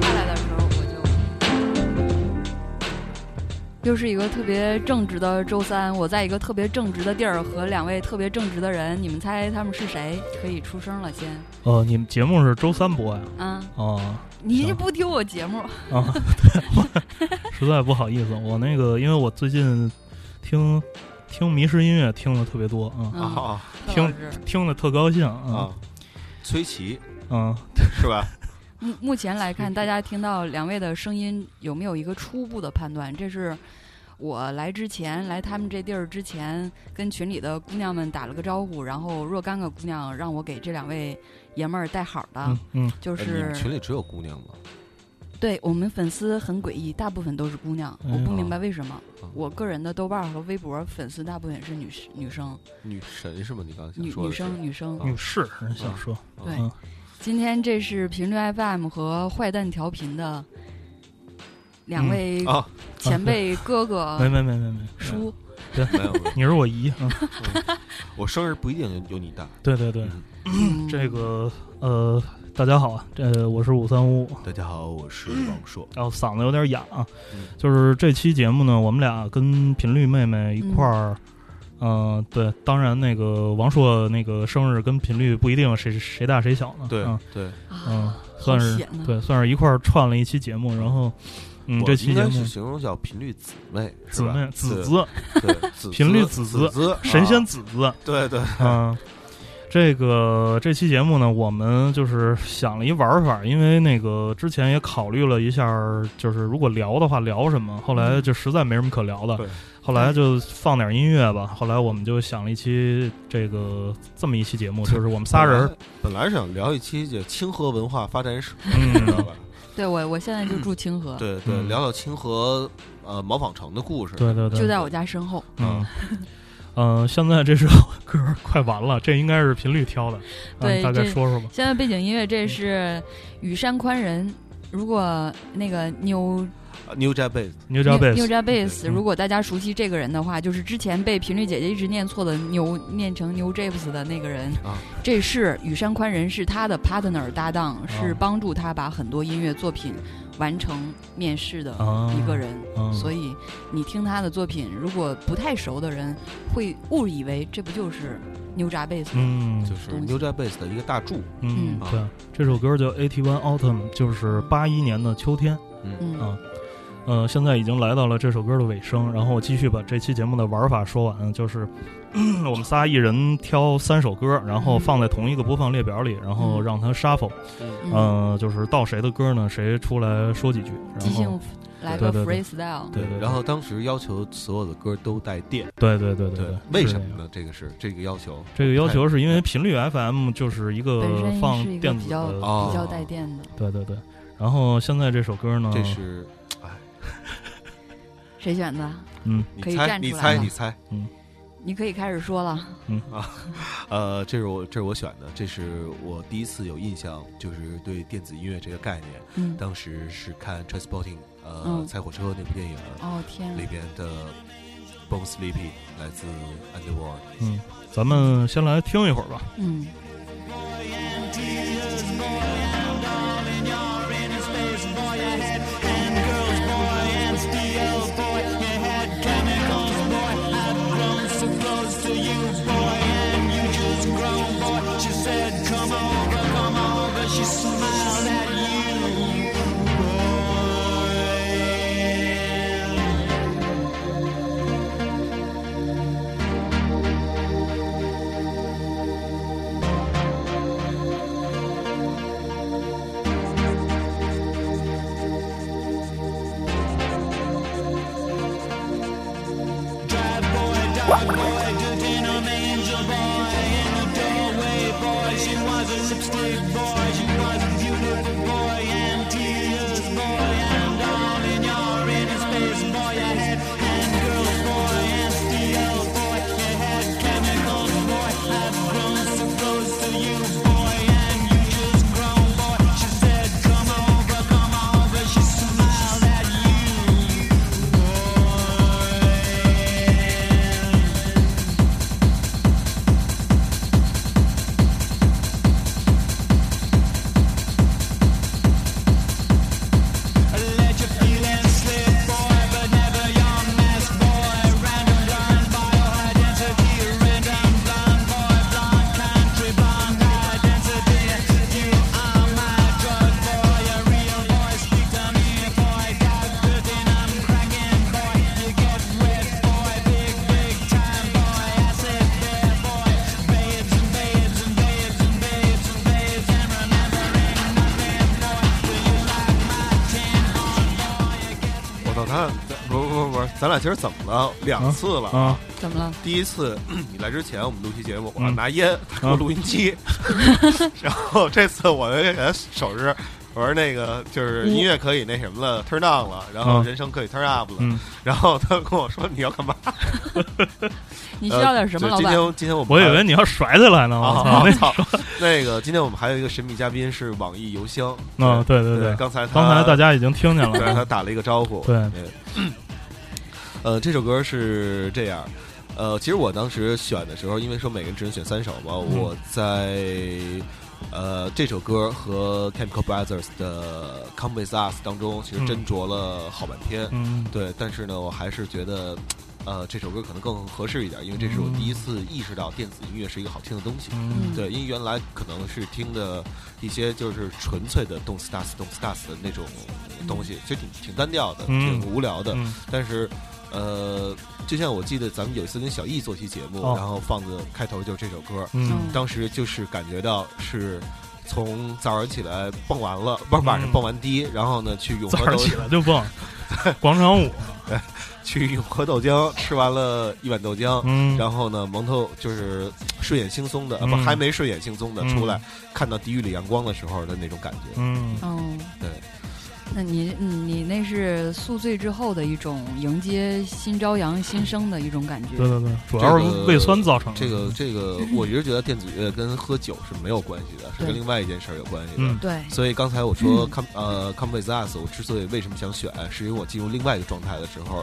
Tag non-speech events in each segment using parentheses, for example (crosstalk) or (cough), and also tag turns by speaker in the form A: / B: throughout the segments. A: 下来的时候我就
B: 又是一个特别正直的周三，我在一个特别正直的地儿和两位特别正直的人，你们猜他们是谁？可以出声了先，
C: 哦，你们节目是周三播呀？
A: 嗯
B: 啊，
C: 哦，
B: 你
C: 行
B: 就不听我节目，
C: 啊，实在不好意思，我那个，因为我最近听听迷失音乐听的特别多啊，
B: 嗯，
D: 啊
B: 特
C: 听
B: 老师
C: 听的特高兴啊
D: 啊，崔琦
C: 啊，
D: 是吧？
B: 目目前来看，大家听到两位的声音有没有一个初步的判断？这是我来之前，来他们这地儿之前，跟群里的姑娘们打了个招呼，然后若干个姑娘让我给这两位爷们儿带好的，
C: 嗯嗯，
B: 就
D: 哎你
B: 是
D: 们群里只有姑娘吗？
B: 对我们粉丝很诡异，大部分都是姑娘，
C: 哎呀
B: 我不明白为什么。
D: 啊
B: 我个人的豆瓣儿和微博粉丝大部分是女士女生，
D: 女神是吗？你刚才想
B: 女
D: 说
B: 女
D: 的是
B: 生女生。
D: 啊
C: 女士人想说，
B: 对
C: 嗯，
B: 今天这是频率 FM 和坏蛋调频的两
C: 嗯哎
B: 位
D: 啊，
B: 前辈哥
C: (laughs)
B: 哥
C: 没没没没没，
B: 叔。
D: 没有，没有
C: 你是我姨啊，
D: 我生日不一定有你大。
C: 对对对，
D: 嗯
B: 嗯
C: (clears throat) 这个呃，大家好，这我是五三五，
D: 大家好，我是王硕。
C: 然后嗓子有点哑、啊
D: 嗯，
C: 就是这期节目呢，我们俩跟频率妹妹一块儿，嗯、对，当然那个王硕那个生日跟频率不一定谁谁大谁小呢，
D: 对
C: 嗯、
D: 对，
C: 嗯
B: 啊，
C: 算
B: 好
C: 是
B: 险呢
C: 对，算是一块儿串了一期节目，然后嗯，
D: 我
C: 这期
D: 应
C: 节
D: 该
C: 目
D: 是形容叫频率姊妹，是
C: 姊
D: 吧
C: 妹子子 (laughs)
D: 对对子
C: 频率
D: 子
C: 子
D: 子子
C: 神仙
D: 啊
C: 子子，
D: 对对，
C: 嗯，这个这期节目呢，我们就是想了一玩法，因为那个之前也考虑了一下，就是如果聊的话聊什么，后来就实在没什么可聊的
D: 对，
C: 后来就放点音乐吧。后来我们就想了一期这个这么一期节目，就是我们仨人儿，
D: 本来是想聊一期这清河文化发展史，知道
C: 嗯，
D: 吧？
B: 对我我现在就住清河，
D: 对对，
C: 嗯
D: 聊聊清河呃毛纺城的故事。
C: 对对对，
B: 就在我家身后。
C: (laughs) 嗯。嗯，现在这首歌儿快完了，这应该是频率挑的，
B: 对
C: 嗯、大概
B: 这
C: 说说吧。
B: 现在背景音乐这是羽山宽人，如果那个纽
D: 呃，New Jack Bass，
C: 牛角
B: 纽
C: 贝
B: 纽
C: 斯，
B: 扎贝斯，
C: 嗯
B: 如果大家熟悉这个人的话，就是之前被频率姐姐一直念错的牛念成牛 James 的那个人
D: 啊。
B: 这是羽山宽人是他的 partner 搭档，是帮助他把很多音乐作品完成面试的
C: 啊
B: 一个人。
C: 嗯
B: 所以你听他的作品，如果不太熟的人会误以为这不就是牛扎贝斯吗？
C: 嗯，
D: 就是
B: 东西
D: New Jack Bass 的一个大柱。
C: 嗯
D: 嗯，
C: 对，这首歌叫《Eighty One Autumn》，就是八一年的秋天。
D: 嗯，
B: 嗯
C: 啊呃，现在已经来到了这首歌的尾声，然后我继续把这期节目的玩法说完，就是 (clears throat) 嗯我们仨一人挑三首歌，然后放在同一个播放列表里，然后让它 shuffle，
D: 嗯
B: 嗯，
C: 呃，就是到谁的歌呢，谁出来说几句，
B: 即
C: 然后
B: 兴来个
C: 对对对
B: freestyle。
C: 对对，
D: 然后当时要求所有的歌都带电，
C: 对对对对对，
D: 为
C: 是
D: 什
C: 这
D: 么
C: 样？
D: 呢？这个是这个要求，
C: 这个要求是因为频率 FM 就是一个
B: 本身
C: 放
B: 是一个
C: 电
B: 比
C: 子
B: 较
C: 的，
D: 哦
B: 比较带电的，
C: 对对对。然后现在这首歌呢，
D: 这是
B: 谁选的？
C: 嗯
D: 你
B: 可以
D: 猜，
B: 站出
D: 你
B: 来
D: 猜，
B: 吗
D: 你猜，
B: 你可以开始说了。
D: 呃，这是我这是我选的，这是我第一次有印象，就是对电子音乐这个概念，
B: 嗯，
D: 当时是看《Transporting》呃
B: 嗯
D: 《猜火车》那部电影
B: 哦天
D: 里
B: 啊，
D: 边的 Bone Sleepy 来自 Underworld。
C: 嗯，咱们先来听一会儿吧。
B: 嗯，
E: She
D: 我操，他不不不不，咱俩今儿怎么了？两次了。
C: 啊，
B: 怎么了？
D: 第一次 (clears throat) 你来之前，我们录期节目，我
C: 嗯
D: 要拿烟，他给我录音机。 (laughs) 然后这次我给他手势，我说那个就是音乐可以那什么了，turn on 了，然后
C: 嗯
D: 人声可以 turn up 了。
C: 嗯，
D: 然后他跟我说你要干嘛？
B: 你需要点什么，
D: 呃
B: 老
D: 就今
B: 板？
D: 天今天我们
C: 我以
D: 还
C: 为你要甩起来呢，我
D: 啊，
C: 操
D: 我！操！那个，今天我们还有一个神秘嘉宾是网易邮箱。
C: (laughs) 啊，对对
D: 对
C: 对，
D: 刚才他
C: 刚才大家已经听见
D: 对
C: 了，
D: 他打了一个招呼。
C: 对
D: 嗯，呃，这首歌是这样。呃，其实我当时选的时候，因为说每个人只能选三首嘛，
C: 嗯
D: 我在呃这首歌和 Chemical Brothers 的《Come With Us》当中，其实
C: 嗯
D: 斟酌了好半天。
C: 嗯
D: 对，但是呢，我还是觉得，呃，这首歌可能更合适一点，因为这是我
C: 嗯
D: 第一次意识到电子音乐是一个好听的东西。
C: 嗯
D: 对，因为原来可能是听的一些就是纯粹的动次打次动次打次的那种东西，就挺挺单调的，
C: 嗯
D: 挺无聊的。
C: 嗯
D: 但是，呃，就像我记得咱们有一次跟小易做期节目，
C: 哦
D: 然后放的开头就是这首歌，
C: 嗯
D: 当时就是感觉到是。从早上起来蹦完了，不是晚上
C: 嗯
D: 蹦完迪，然后呢去永
C: 早
D: 和
C: 上
D: 豆
C: 起来就 (laughs) 蹦广场舞，
D: (laughs) 去永和豆浆吃完了一碗豆浆，
C: 嗯，
D: 然后呢，蒙头就是睡眼惺忪的，啊不
C: 嗯
D: 还没睡眼惺忪的
C: 嗯
D: 出来，看到地狱里阳光的时候的那种感觉。
C: 嗯
B: 哦，
D: 对。
B: 那你你你那是宿醉之后的一种迎接新朝阳新生的一种感觉。
C: 对对对，主要是胃酸造成的。
D: 这个这个，我一直觉得电子乐跟喝酒是没有关系的，是跟
B: 对
D: 另外一件事儿有关系的
C: 嗯。
B: 对
D: 所以刚才我说 come 呃 come with us，我之所以为什么想选，是因为我进入另外一个状态的时候，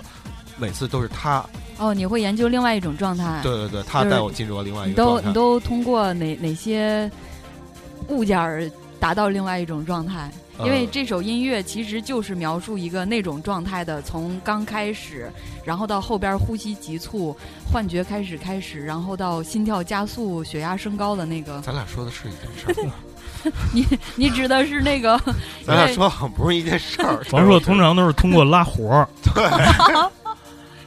D: 每次都是他，
B: 哦，你会研究另外一种状态。
D: 对对对，他
B: 就是
D: 带我进入了另外一
B: 你
D: 个状
B: 都
D: 态。
B: 你都通过哪哪些物件儿达到另外一种状态？
D: 呃
B: 因为这首音乐其实就是描述一个那种状态的，从刚开始，然后到后边呼吸急促、幻觉开始开始，然后到心跳加速、血压升高的那个。
D: 咱俩说的是一件事
B: (laughs)
D: 儿，
B: 你指的是那个？ (laughs)
D: 咱俩说好像不是一件事儿。
C: (laughs) 王朔通常都是通过拉活儿，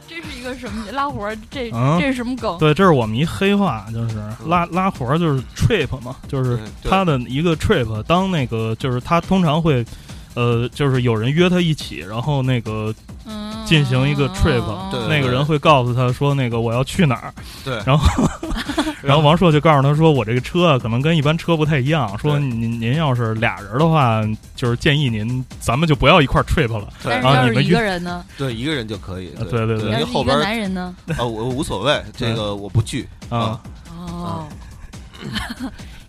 B: 这是一个什么拉活儿？这、
C: 嗯
B: 这是什么梗？
C: 对，这是我们一黑话，就是拉拉活儿，就是 trip 嘛，就是
D: 嗯对
C: 他的一个 trip。当那个就是他通常会，呃，就是有人约他一起，然后那个
B: 嗯，
C: 进行一个 trip，
D: 对
C: 那个人会告诉他说那个我要去哪儿，
D: 对，
C: 然
D: (laughs)
C: 后然后王朔就告诉他说我这个车啊可能跟一般车不太一样，说
D: 对
C: 您您要是俩人的话，就是建议您咱们就不要一块儿 trip 了。
B: 但是
C: 然后
B: 要
C: 啊你
B: 是
C: 们
B: 一
C: 约
B: 个人呢？
D: 对一个人就可以，
C: 呃对对嗯对
D: 对，
B: 要
D: 因为
B: 是一
D: 后
B: 个
D: 边
B: 男人呢？
D: 啊，我无所谓，这个我不惧
C: 啊，
B: 哦， (laughs)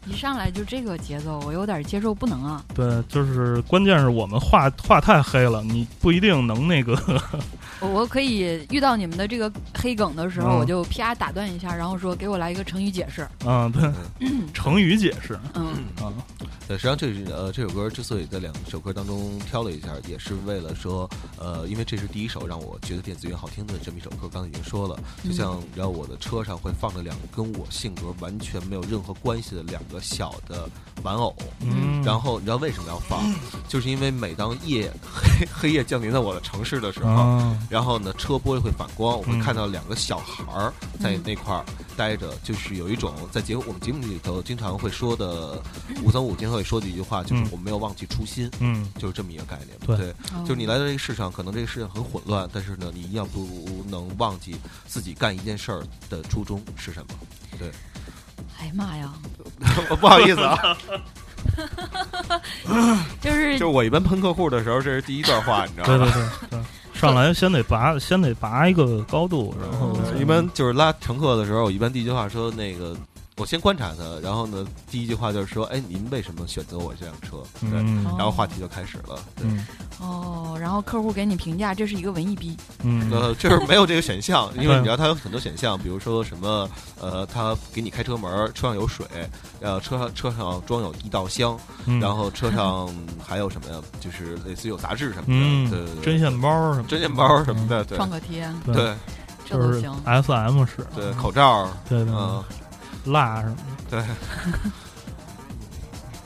B: 一上来就这个节奏，我有点接受不能啊。
C: 对，就是关键是我们话话太黑了，你不一定能那个， (laughs)
B: 我我可以遇到你们的这个黑梗的时候，
C: 嗯
B: 我就啪打断一下，然后说给我来一个成语解释。
C: 嗯，对，成语解释，
B: 嗯，
C: 啊，
D: (clears throat) 对，实际上这是呃这首歌之所以在两首歌当中挑了一下，也是为了说，呃，因为这是第一首让我觉得电子乐好听的这么一首歌，刚才已经说了，
B: 嗯
C: 嗯
D: 就像然后我的车上会放着两个跟我性格完全没有任何关系的两个小的玩偶，
C: 嗯，
D: 然后你知道为什么要放，就是因为每当夜 (laughs) 黑黑夜降临在我的城市的时候，
C: 啊，
D: 然后呢，车玻璃会反光，我会
C: 嗯
D: 看到两个小孩儿
B: 嗯
D: 在那块儿待着，就是有一种在节目我们节目里头经常会说的，吴三五经常会说的一句话，就是
C: 嗯
D: 我没有忘记初心，
C: 嗯，
D: 就是这么一个概念。
C: 对
B: 哦嗯
D: 就是你来到这个世上，可能这个世上很混乱，但是呢，你一样不呃能忘记自己干一件事儿的初衷是什么。
B: 哎呀妈呀，
D: (laughs) 不好意思啊，
B: 就是
D: 就是我一般喷客户的时候，这是第一段话，你知道
C: 对
D: 吗？
C: 对对对，上来先得拔，先得拔一个高度，然后
D: 呃一般就是拉乘客的时候，我一般第一句话说那个，我先观察他，然后呢，第一句话就是说，哎，您为什么选择我这辆车？对，
C: 嗯
D: 然后话题就开始了。对，
C: 嗯
B: 哦，然后客户给你评价这是一个文艺逼，
C: 嗯，
D: 呃， (laughs) 就是没有这个选项，因为你知道它有很多选项，比如说什么，呃，他给你开车门儿，车上有水，呃，车上车上装有一道香，
C: 嗯
D: 然后车上还有什么呀？就是类似有杂志什么
C: 嗯
D: 的，对对，对，
C: 针线包嗯儿什么的，
D: 针线包儿什么的，对
B: 创可贴，
C: 对
D: 对
B: 这
C: 就
B: 都
C: 是哎
B: 行。
C: S M 式，
D: 对，口罩儿，
C: 对对
D: 嗯，
C: 对，蜡什么的，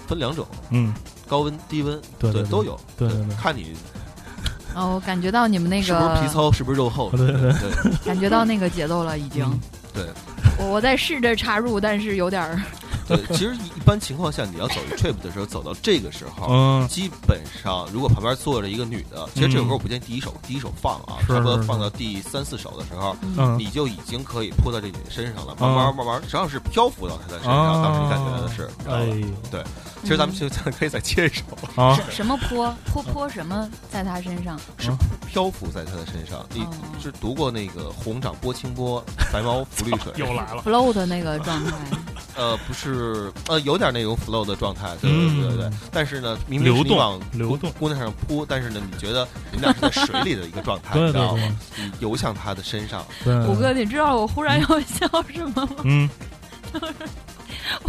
D: 分两种，
C: 嗯，
D: 高温、低温，
C: 对
D: 对
C: 对
D: 都有，
C: 对对对
D: 看你
B: 哦，我感觉到你们那
D: 是不是皮
B: 个，
D: 糙，是不是肉厚？
C: 对对
D: 对，
B: 感觉到那个节奏了，已经。
C: 嗯
D: 对，
B: 我我在试着插入，但是有点儿
D: 对，其实一一般情况下，你要走一 trip 的时候，走到这个时候，
C: 嗯，
D: 基本上如果旁边坐着一个女的，其实这首歌我不建议第一首第一首放啊，
C: 是
D: 差不多
C: 是是
D: 放到第三四首的时候，
C: 嗯，
D: 你就已经可以扑到这女人身上了，慢慢慢慢，实际上是漂浮到她的身
C: 啊
D: 上，当时你感觉的是，你知道
C: 哎
D: 吧？
C: 呦
D: 其实咱们就可以再接一首，
C: 啊，
A: 什什么泼泼泼什么在他身上？
D: 漂浮在她的身上。你
A: 哦
D: 是读过那个“红掌拨清波，白毛浮绿
C: (laughs)
D: 水”？
C: 又来了，
A: float 那个状态，
D: 呃，不是，呃，有点那种 flow 的状态，对对对对对
C: 嗯。
D: 但是呢，明明是
C: 流
D: 你
C: 动
D: 往
C: 流动
D: 姑娘上扑，但是呢，你觉得你俩是在水里的一个状
C: (laughs)
D: 态，
C: 对
D: 你知
C: 对
D: 道吗？你游向她的身上，
C: 对，
B: 谷歌，你知道我忽然要笑什么吗？
C: 嗯，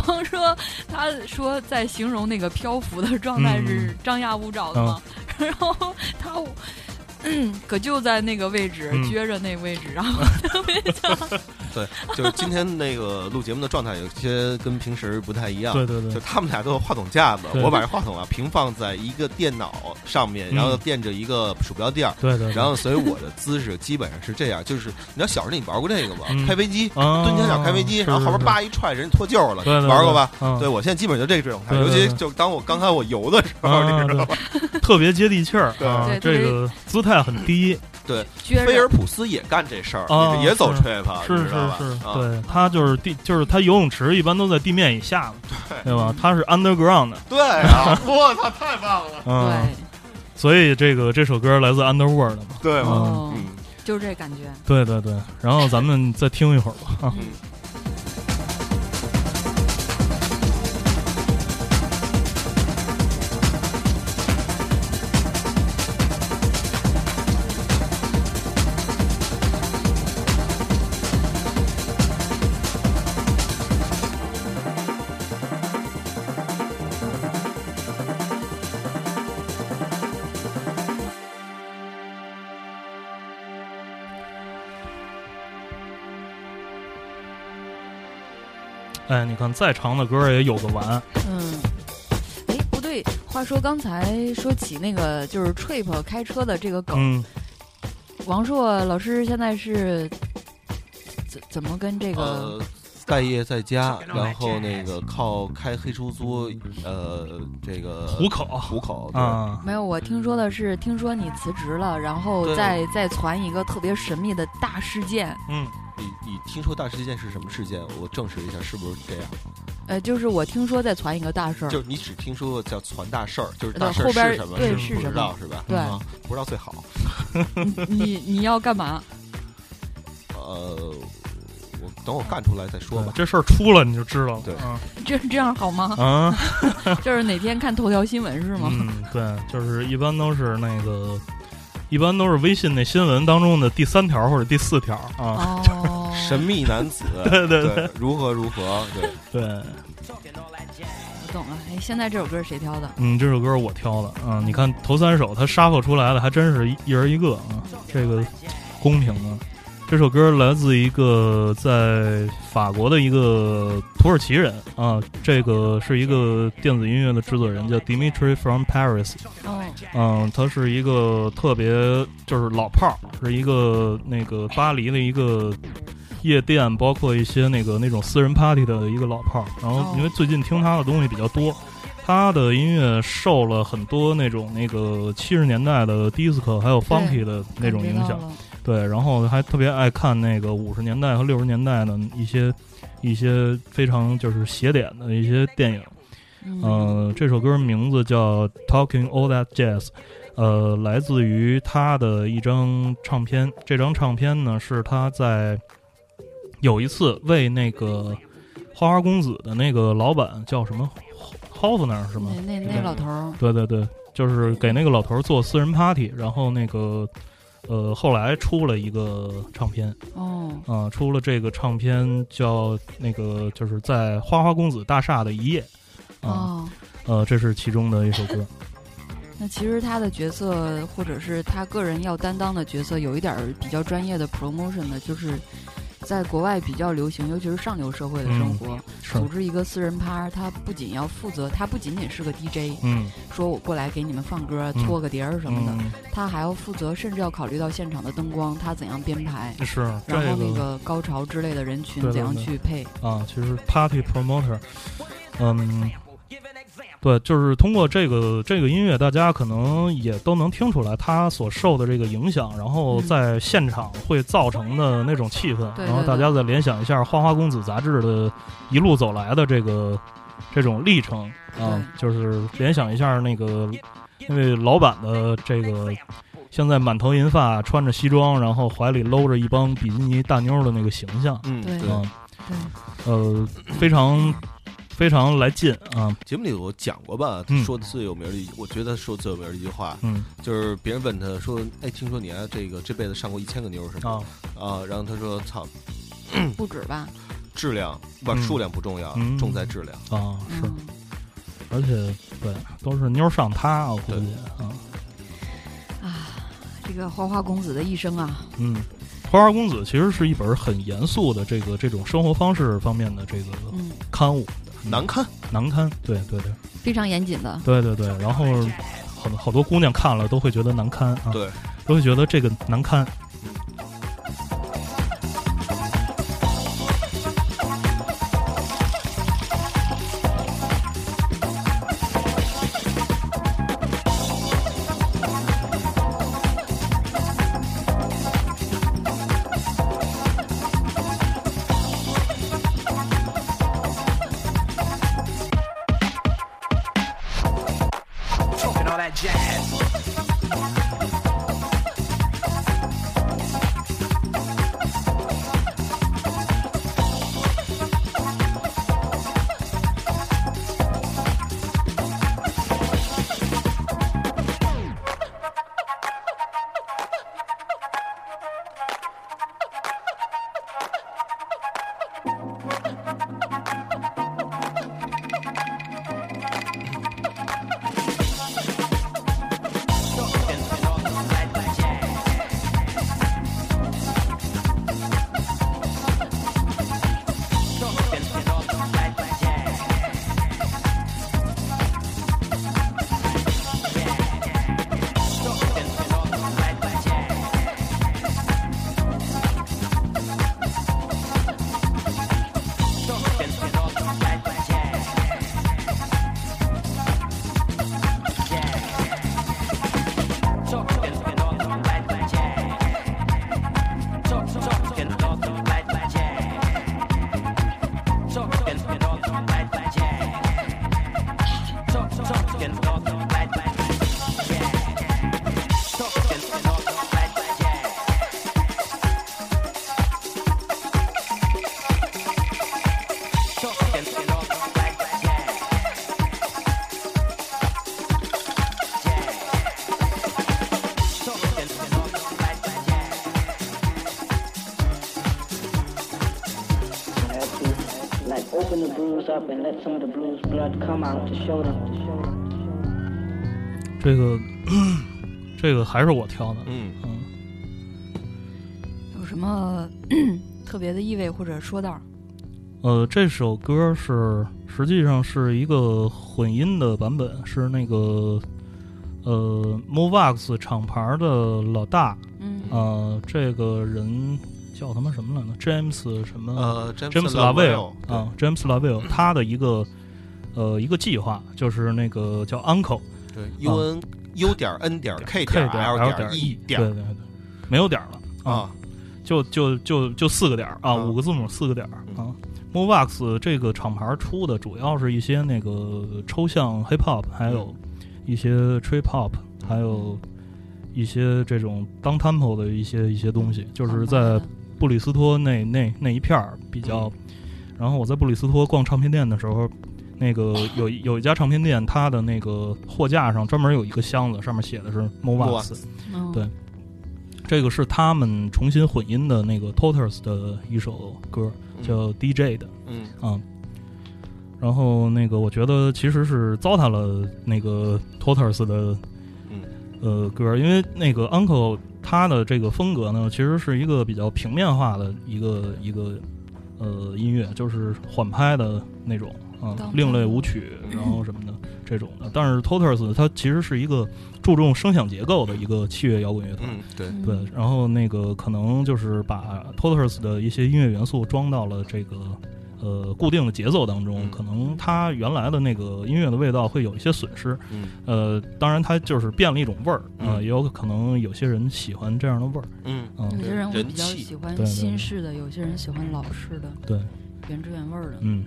B: 我说他说在形容那个漂浮的状态是张牙舞爪的嘛， (laughs) 然后他。 (clears throat) 嗯，可就在那个位置，
C: 嗯
B: 撅着那位置，然后
D: 就是今天那个录节目的状态有些跟平时不太一样。
C: 对对
D: 啊就
C: 对，
D: 他们俩都有话筒架子，
C: 对
D: 我把这话筒啊平放在一个电脑上面，
C: 嗯
D: 然后垫着一个鼠标垫儿，
C: 对对，
D: 然后所以我的姿势基本上是这样，就是你知道小时候你玩过这个吗？
C: 嗯
D: 开飞机，
C: 啊，
D: 蹲墙角开飞机，然后后边叭一踹，人脱臼了，
C: 对，嗯
D: 玩过吧？？对，
C: 对
D: 我现在基本就这个状态，
C: 对
D: 尤
C: 对
D: 其
C: 对
D: 就当我刚才我游的时 (laughs) 候，
C: 啊
D: 你知道吧？ (laughs)
C: 特别接地气儿，
D: 对
C: 啊
B: 对特
C: 这
B: 别
C: 个姿态很低，
B: 撅
D: 菲尔
B: 着。
D: 普斯也干这事儿
C: 啊，
D: 也走
C: 是
D: trip，啊
C: 是
D: 你
C: 是
D: 知道吧？
C: 是，
D: 啊，
C: 对，它就是地，就是它游泳池一般都在地面以下嘛，对吧？它是 underground 的，
D: 对
C: (laughs)
D: 啊，我操，太棒了！
C: 嗯
B: 对，，
C: 所以这个这首歌来自 Underworld 嘛，
D: 对吗？
B: 哦，
D: 嗯，
B: 就是这感觉。
C: 对对对，然后咱们再听一会儿吧，啊， (laughs) 哎，你看再长的歌也有个完，
A: 嗯，哎，不对，
B: 话说刚才说起那个就是 trip 开车的这个梗，
C: 嗯，
B: 王硕老师现在是怎怎么跟这个
D: 呃，待业在家，然后那个靠开黑出租，呃，这个
C: 虎口
D: 虎口，
C: 啊，
B: 没有，我听说的是，听说你辞职了，然后
D: 对
B: 再再传一个特别神秘的大事件，
C: 嗯，
D: 对你你听说大事件是什么事件？我证实一下，是不是这样？
B: 呃，就是我听说再传一个大事儿，
D: 就是你只听说过叫传大事儿，就是
B: 对
D: 大事儿
B: 后边
D: 是什么？
B: 对
D: 是
B: 是
D: 不
B: 什
D: 知
B: 么
D: 道是吧？
B: 对
D: 啊不知道最好。
B: 你你你要干嘛？
D: 呃，我等我干出来再说吧。
C: 这事儿出了你就知道了，(laughs)
D: 对
C: 啊
B: 这这样好
D: (laughs)
B: 吗？
C: 啊，
B: 就是哪天看头条新闻是吗？
C: 嗯，对，就是一般都是那个，一般都是微信那新闻当中的第三条或者第四条啊，
B: 哦，
D: 嗯 (laughs) 神秘男子，
C: (laughs) 对对对
D: 对，如何如何？对，
C: 对，
B: 我懂了。哎，现在这首歌谁挑的？
C: 嗯，这首歌是我挑的啊，你看头三首它杀破出来的还真是一一人一个啊，这个公平啊。这首歌来自一个在法国的一个土耳其人啊，这个是一个电子音乐的制作人，叫 Dimitri from Paris。
B: 哦，
C: 嗯，他是一个特别就是老炮儿，是一个那个巴黎的一个夜店，包括一些那个那种私人 party 的一个老炮儿。然后
B: 哦
C: 因为最近听他的东西比较多，他的音乐受了很多那种那个七十年代的 disco 还有 funky 的那种影
B: 感觉
C: 响
B: 到。了
C: 对，然后还特别爱看那个五十年代和六十年代的一些一些非常就是邪典的一些电影。
B: 嗯，
C: 呃，这首歌名字叫《Talking All That Jazz》，呃，来自于他的一张唱片。这张唱片呢，是他在有一次为那个花花公子的那个老板叫什么 Hoffner 是吗？
B: 那那那老头儿，
C: 对对对，就是给那个老头儿做私人 party，然后那个呃，后来出了一个唱片，
B: 哦，
C: 啊、出了这个唱片叫那个就是在花花公子大厦的一夜，啊、
B: 哦，
C: 呃，这是其中的一首
B: (laughs)
C: 歌，
B: 那其实他的角色，或者是他个人要担当的角色，有一点儿比较专业的 promotion 的，就是在国外比较流行，尤其是上流社会的生活，
C: 嗯是
B: 组，织一个私人趴，他不仅要负责，他不仅仅是个 DJ，
C: 嗯
B: 说我过来给你们放歌、
C: 嗯
B: 搓个碟儿什么的，
C: 嗯
B: 他还要负责，甚至要考虑到现场的灯光，他怎样编排，
C: 是这
B: 然后那个高潮之类的人群
C: 对对
B: 怎样
C: 对
B: 去配，
C: 啊，其实 Party Promoter，嗯，对，就是通过这个这个音乐，大家可能也都能听出来它所受的这个影响，然后
B: 嗯
C: 在现场会造成的那种气氛，
B: 对
C: 然后
B: 对
C: 大
B: 对
C: 家再联想一下《花花公子》杂志的一路走来的这个这种历程啊，就是联想一下那个那位老板的这个。现在满头银发，穿着西装，然后怀里搂着一帮比基尼大妞儿的那个形象，
D: 嗯，
B: 对
D: 对
C: 啊，
B: 对，
C: 呃，非常非常来劲啊，
D: 节目里我讲过吧
C: 嗯，
D: 说最有名儿的一，我觉得说最有名儿的一句话，
C: 嗯
D: 就是别人问他说：“哎，听说你啊，这个这辈子上过一千个妞儿是
C: 啊
D: 吗，？”啊，然后他说：“操，
B: 不止吧，
D: 质量不
C: 嗯
D: 是数量不重要
C: 嗯，
D: 重在质量。
C: 啊是，
B: 嗯，
C: 而且对，都是妞儿上他，我估计啊，
B: 这个花花公子的一生啊，
C: 嗯，《花花公子》其实是一本很严肃的这个这种生活方式方面的这个
B: 嗯，
C: 刊物，
D: 难堪，
C: 难堪，对对对
B: 非常严谨的，
C: 对对对，然后很好多姑娘看了都会觉得难堪啊，
D: 对，
C: 都会觉得这个难堪，
E: talking all that jazz. Talking all that jazz.
F: 'em, like open the bruise up and let some of the blues blood come out to show them. To show them.
C: 这个 (clears throat) 这个还是我挑的，
D: 嗯，
C: 嗯。
B: 有什么 (clears throat) 特别的意味或者说道儿？
C: 呃，这首歌是实际上是一个混音的版本，是那个呃 Movax 厂牌的老大，
B: 嗯，
C: 呃，这个人叫他妈什么来着？James 什么？
D: 呃，James
C: 嗯 James Lavelle
D: Lavelle，
C: 啊，James Lavelle，他的一个呃一个计划就是那个叫 Uncle
D: 对，U N U 点 N 点 K 点
C: 嗯 K 点
D: L
C: 点
D: E
C: 对
D: 点
C: 对对，没有点儿了啊，
D: 啊，
C: 就就就就四个点儿啊，
D: 嗯
C: 五个字母四个点儿
D: 嗯
C: 啊。Movax 这个厂牌出的主要是一些那个抽象 hip hop，还有
D: 嗯
C: 一些 trip hop，还有一些这种 down tempo 的一些一些东西，
D: 嗯
C: 就是在布里斯托那那那一片儿比
D: 嗯
C: 较。然后我在布里斯托逛唱片店的时候，那个有一有一家唱片店，它的那个货架上专门有一个箱子，上面写的是 Movax
D: Movax。
B: 嗯
C: 对这个是他们重新混音的那个 Totals 的一首歌，
D: 嗯
C: 叫 DJ 的
D: 嗯
C: 啊、然后那个我觉得其实是糟蹋了那个 Totals 的
D: 嗯
C: 呃歌，因为那个 Uncle 他他的这个风格呢，其实是一个比较平面化的一个一个呃音乐，就是缓拍的那种啊
B: 当，
C: 另类舞曲，然后什么的这种的。但是 Toters 它其实是一个注重声响结构的一个器乐摇滚乐团。
D: 嗯，对，
C: 对，然后那个可能就是把 Toters 的一些音乐元素装到了这个呃固定的节奏当中，
D: 嗯
C: 可能它原来的那个音乐的味道会有一些损失。
D: 嗯
C: 呃，当然它就是变了一种味儿，
D: 嗯
C: 呃，也有可能有些人喜欢这样的味儿，
D: 嗯，
C: 嗯、
B: 有些人我
D: 人
B: 比较
D: 气
B: 喜欢
C: 对对
B: 新
C: 对
B: 式的，有些人喜欢老式的，
C: 对，
B: 原汁原味儿的。
C: 嗯。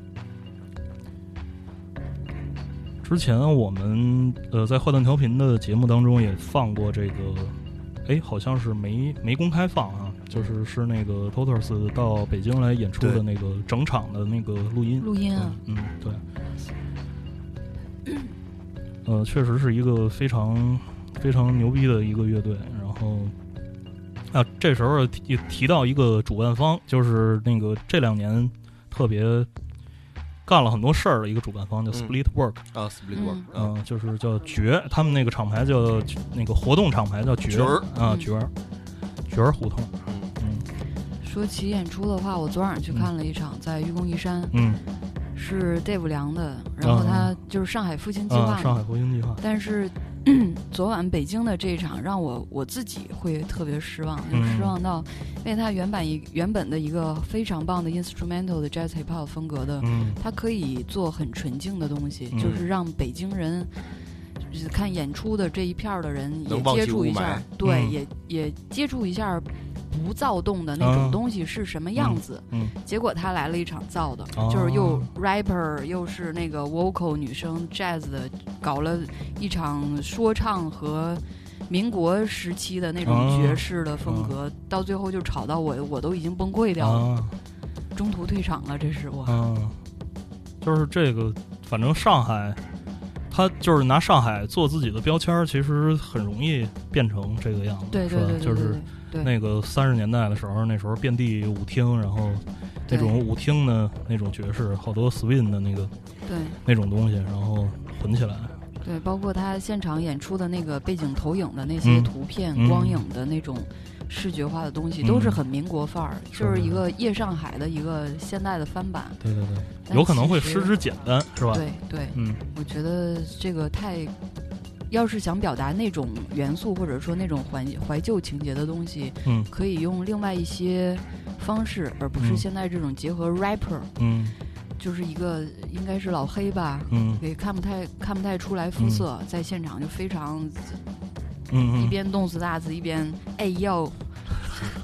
C: 之前我们呃在坏蛋调频的节目当中也放过这个，哎，好像是没没公开放啊，就是是那个 Totals 到北京来演出的
D: 对
C: 那个整场的那个录音。
B: 录音啊，
C: 嗯，对。呃，确实是一个非常非常牛逼的一个乐队。然后啊，这时候提提到一个主办方，就是那个这两年特别干了很多事儿的一个主办方，叫
D: 嗯
C: Split Work，
D: 啊，Split Work 啊
C: 嗯、，就是叫爵，他们那个厂牌叫那个活动厂牌叫爵
D: 角儿
C: 啊，
B: 嗯
C: 爵儿，爵儿胡同，
D: 嗯
C: 嗯
B: 说起演出的话，我昨晚去看了一场，在愚公移山，
C: 嗯
B: 是 Dave 梁的，然后他就是上海复兴计划
C: 啊，
B: 嘛。
C: 上海复兴计划，
B: 但是 (clears throat) 昨晚北京的这一场让我我自己会特别失望，就
C: 嗯
B: 失望到，因为他原版一原本的一个非常棒的 instrumental 的 jazz hip hop 风格的，
C: 嗯
B: 它可以做很纯净的东西，
C: 嗯
B: 就是让北京人。就是看演出的这一片儿的人也
D: 能忘记
B: 接触一下
D: 雾，
B: 对，
C: 嗯
B: 也也接触一下不躁动的那
C: 啊
B: 种东西是什么样子。
C: 嗯
B: 结果他来了一场躁的，
C: 哦
B: 就是又 rapper 又是那个 vocal 女
C: 哦
B: 生 jazz 的，搞了一场说唱和民国时期的那种
C: 哦
B: 爵士的风格，到最后就吵到我，我都已经崩溃掉了，
C: 啊。
B: 中途退场了，这是我。
C: 嗯，就是这个，反正上海，他就是拿上海做自己的标签儿，其实很容易变成这个样子，
B: 对对
C: 是吧
B: 对对对，
C: 就是
B: 对对
C: 那个三十年代的时候，那时候遍地舞厅，然后那种舞厅的那种爵士，好多 swing 的那个
B: 对
C: 那种东西，然后混起来，
B: 对，包括他现场演出的那个背景投影的那些
C: 嗯
B: 图片、
C: 嗯
B: 光影的那种视觉化的东西，
C: 嗯
B: 都是很民国范儿，
C: 是
B: 就是一个夜上海的一个现代的翻版。
C: 对对对，
B: 但
C: 有可能
B: 其
C: 会
B: 实
C: 失之简单，是吧？
B: 对对，
C: 嗯
B: 我觉得这个太，要是想表达那种元素或者说那种怀怀旧情节的东西，
C: 嗯
B: 可以用另外一些方式，而不是
C: 嗯
B: 现在这种结合 rapper，、
C: 嗯
B: 就是一个应该是老黑吧，
C: 嗯
B: 也看不太看不太出来肤色，在现场就非常
C: 嗯
B: 一
C: 嗯，
B: 边动词大词一边哎要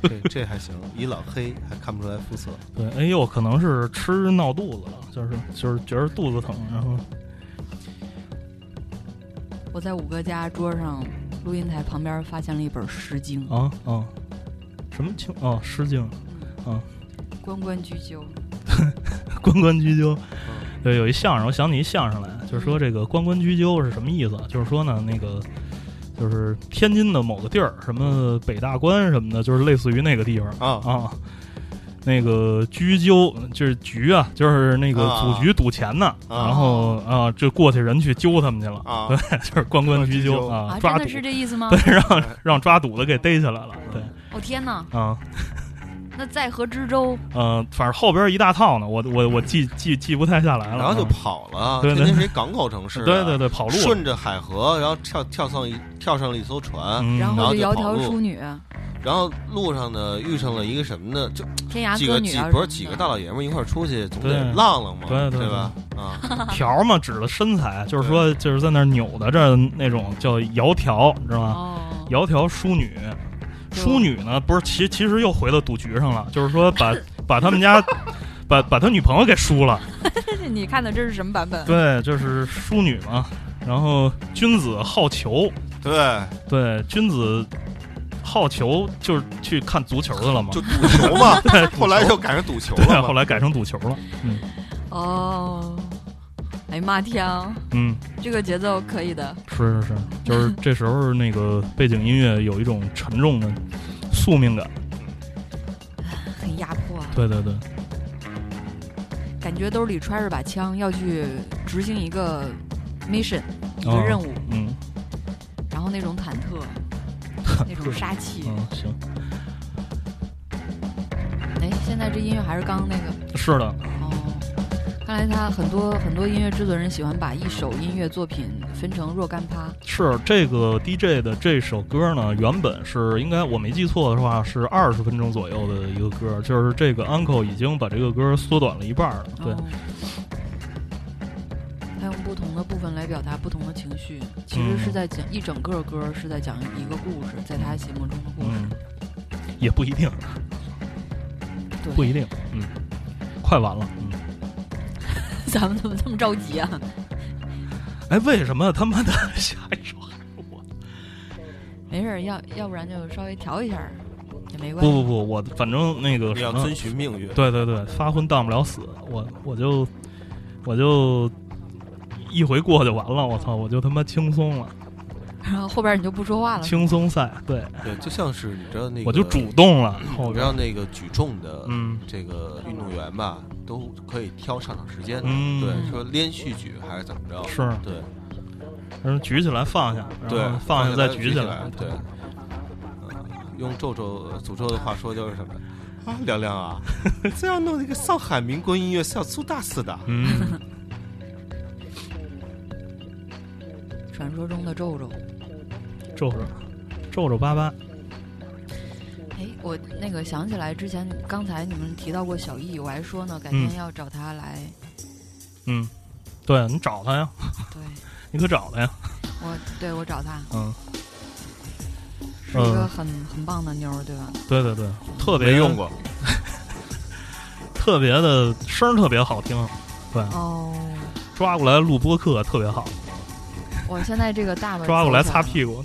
D: 这这还行，以老黑还看不出来肤色，
C: 对，哎呦，可能是吃闹肚子了，就是就是觉得肚子疼，然后
B: 我在五哥家桌上录音台旁边发现了一本《诗经》
C: 啊啊，什么情啊？失敬。
B: 关关雎鸠，
C: 关关雎鸠，对，有一相声，我想起一相声来，就是说这个关关雎鸠是什么意思？就是说呢，那个就是天津的某个地儿，什么北大关什么的，就是类似于那个地方
D: 啊
C: 啊。那个雎鸠就是局啊，就是那个
D: 啊
C: 组局赌钱呢，
D: 啊
C: 然后啊，就过去人去揪他们去了，
D: 啊
C: 对，就是关关雎鸠哎啊，
B: 啊，真
C: 抓赌
B: 的，是这意思吗？
C: 对，让让抓赌的给逮起来了，对，
B: 我、天哪，
C: 啊。
B: 那在河之洲，
C: 呃，反正后边一大套呢，我我我记记记不太下来了，
D: 然后就
C: 嗯
D: 跑了。
C: 对对
D: 天津是一港口城市啊，
C: 对对对，跑路了
D: 顺着海河，然后跳跳上一跳上了一艘船，
C: 嗯
B: 然
D: 然后
B: 后
D: 就
B: 就窈
D: 跑
B: 窕
D: 路
B: 淑女、
D: 然后路上呢遇上了一个什么呢？就
B: 天涯
D: 几
B: 歌
D: 个
B: 女
D: 几
B: 啊，
D: 不是几个大老爷们儿一块儿出去，总得
C: 对
D: 浪浪嘛，
C: 对对对
D: 吧？
C: (laughs)
D: 啊，
C: 条嘛，指的身
D: (laughs)
C: 材，就是说就是在那儿扭的这那种叫窈窕，你知道吗？
B: 哦，
C: 窈窕淑女，
B: 对
C: 淑女呢，不是其其实又回到赌局上了，就是
B: (laughs)
C: 说把把他们家把把他女朋友给输了，
B: 你看的这是什么版本？
C: 对，就是淑女嘛。然后君子好逑，
D: 对，
C: 对，君子好逑就是去看足球去了嘛。
D: 就，赌球嘛
C: 对，赌球
D: (laughs) 后来就赶上赌球
C: 对，
D: 了
C: 后
D: 嘛。
C: 来改成赌球了，
B: 哦，哎呀妈天啊，
C: 嗯。
B: 这个节奏可以的，
C: 是 (laughs) 是是，就是这时候那个背景音乐有一种沉重的宿命感。
B: 很压迫啊，
C: 对对对，
B: 感觉兜里揣着把枪要去执行一个 mission，一个
C: 哦
B: 任务，
C: 嗯， (laughs)
B: 然后那种忐忑，那种杀气。
C: 嗯，行，嗯
B: 哎，现在这音乐还是刚刚那个
C: 是的，
B: 哦。看来他很多很多音乐制作人喜欢把一首音乐作品分成若干趴，
C: 是这个 DJ 的这首歌呢，原本是应该我没记错的话是二十分钟左右的一个歌，就是这个 Uncle 已经把这个歌缩短了一半儿了。对，
B: 哦，他用不同的部分来表达不同的情绪，其实
C: 嗯
B: 是在讲、一整个歌是在讲一个故事，在他心目中的故事。
C: 嗯，也不一定，
B: 对，
C: 不一定，嗯，快完了，嗯，
B: (laughs) 咱们怎么这么着急啊？
C: 哎，为什么他妈的下一首还是我？
B: 没事儿，要要不然就稍微调一下儿，也没关
C: 不
B: 系。
C: 不不，我反正那个
D: 你
C: 什
D: 要
C: 么，
D: 遵循命运。
C: 对对对，发昏当不了死，我我就我就一回过就完了，我操，我就他妈轻松了，
B: 然后后边你就不说话了。
C: 轻松赛，对
D: 对，就像是你知道那个，嗯
C: 我就主，动了，后
D: 你知
C: 边
D: 道那个举重的
C: 嗯
D: 这个运动员吧，都可以挑上场时间的。
C: 嗯
D: 对，说连续举还是怎么着？
C: 是
D: 对
C: 然后举起来放下，然
D: 对
C: 后，放
D: 下
C: 下
D: 再
C: 再举
D: 起
C: 起
D: 来
C: 来，，
D: 对。嗯用咒咒呃诅咒的话说就是什么？啊，亮
C: (laughs)
D: 亮啊，这样弄一个上海民国音乐是要出大事的。
C: 嗯，
B: 传说中的皱皱，
C: 皱皱皱皱巴巴，
B: 哎，我那个想起来之前，刚才你们提到过小易，我还说呢，改
C: 嗯
B: 天要找他来。
C: 嗯，对你找他呀，
B: 对
C: 你可找他呀，
B: 我，对我找他
C: 嗯，
B: 是一个
C: 嗯
B: 很、很棒的妞儿，对吧？
C: 对对对，啊特别
D: 没用，过，
C: 特别的声儿特别好听，对，
B: 哦，
C: 抓过来录播客特别好。
B: 我现在这个大
C: 抓过来擦
B: 股。
C: 屁股，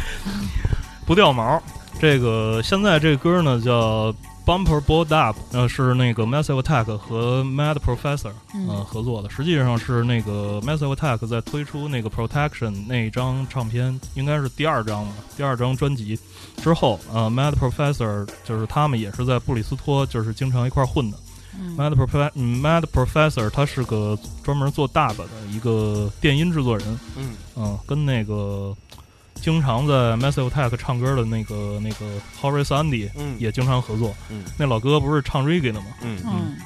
C: (laughs) 不掉毛。这个现在这歌呢叫 Bumper Board Up，呃，是那个 Massive Attack 和 Mad Professor
B: 嗯
C: 呃合作的。实际上是那个 Massive Attack 在推出那个 Protection 那张唱片，应该是第二张吧，第二张专辑之后，呃，Mad Professor 就是他们也是在布里斯托，就是经常一块儿混的。
B: 嗯
C: Mad Prof Mad Professor 他是个专门做 dub 的一个电音制作人，
D: 嗯，
C: 嗯，跟那个经常在 Massive Attack 唱歌的那个那个 Horace Andy
D: 嗯
C: 也经常合作。
D: 嗯
C: 那老哥不是唱 Reggae 的吗？
D: 嗯
B: 嗯，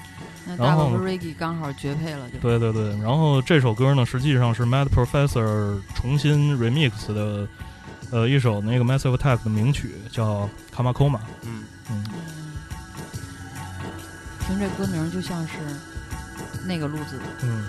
B: 那
C: 然
B: 大
C: 后
B: 宝和 Reggie 刚好绝配了，就
C: 对对对。然后这首歌呢，实际上是 Mad Professor 重新 remix 的，呃，一首那个 Massive Attack 的名曲叫《Kama Koma》。
D: 嗯，
C: 嗯，
B: 嗯，听这歌名儿就像是那个路子的。
C: 嗯，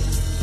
D: 嗯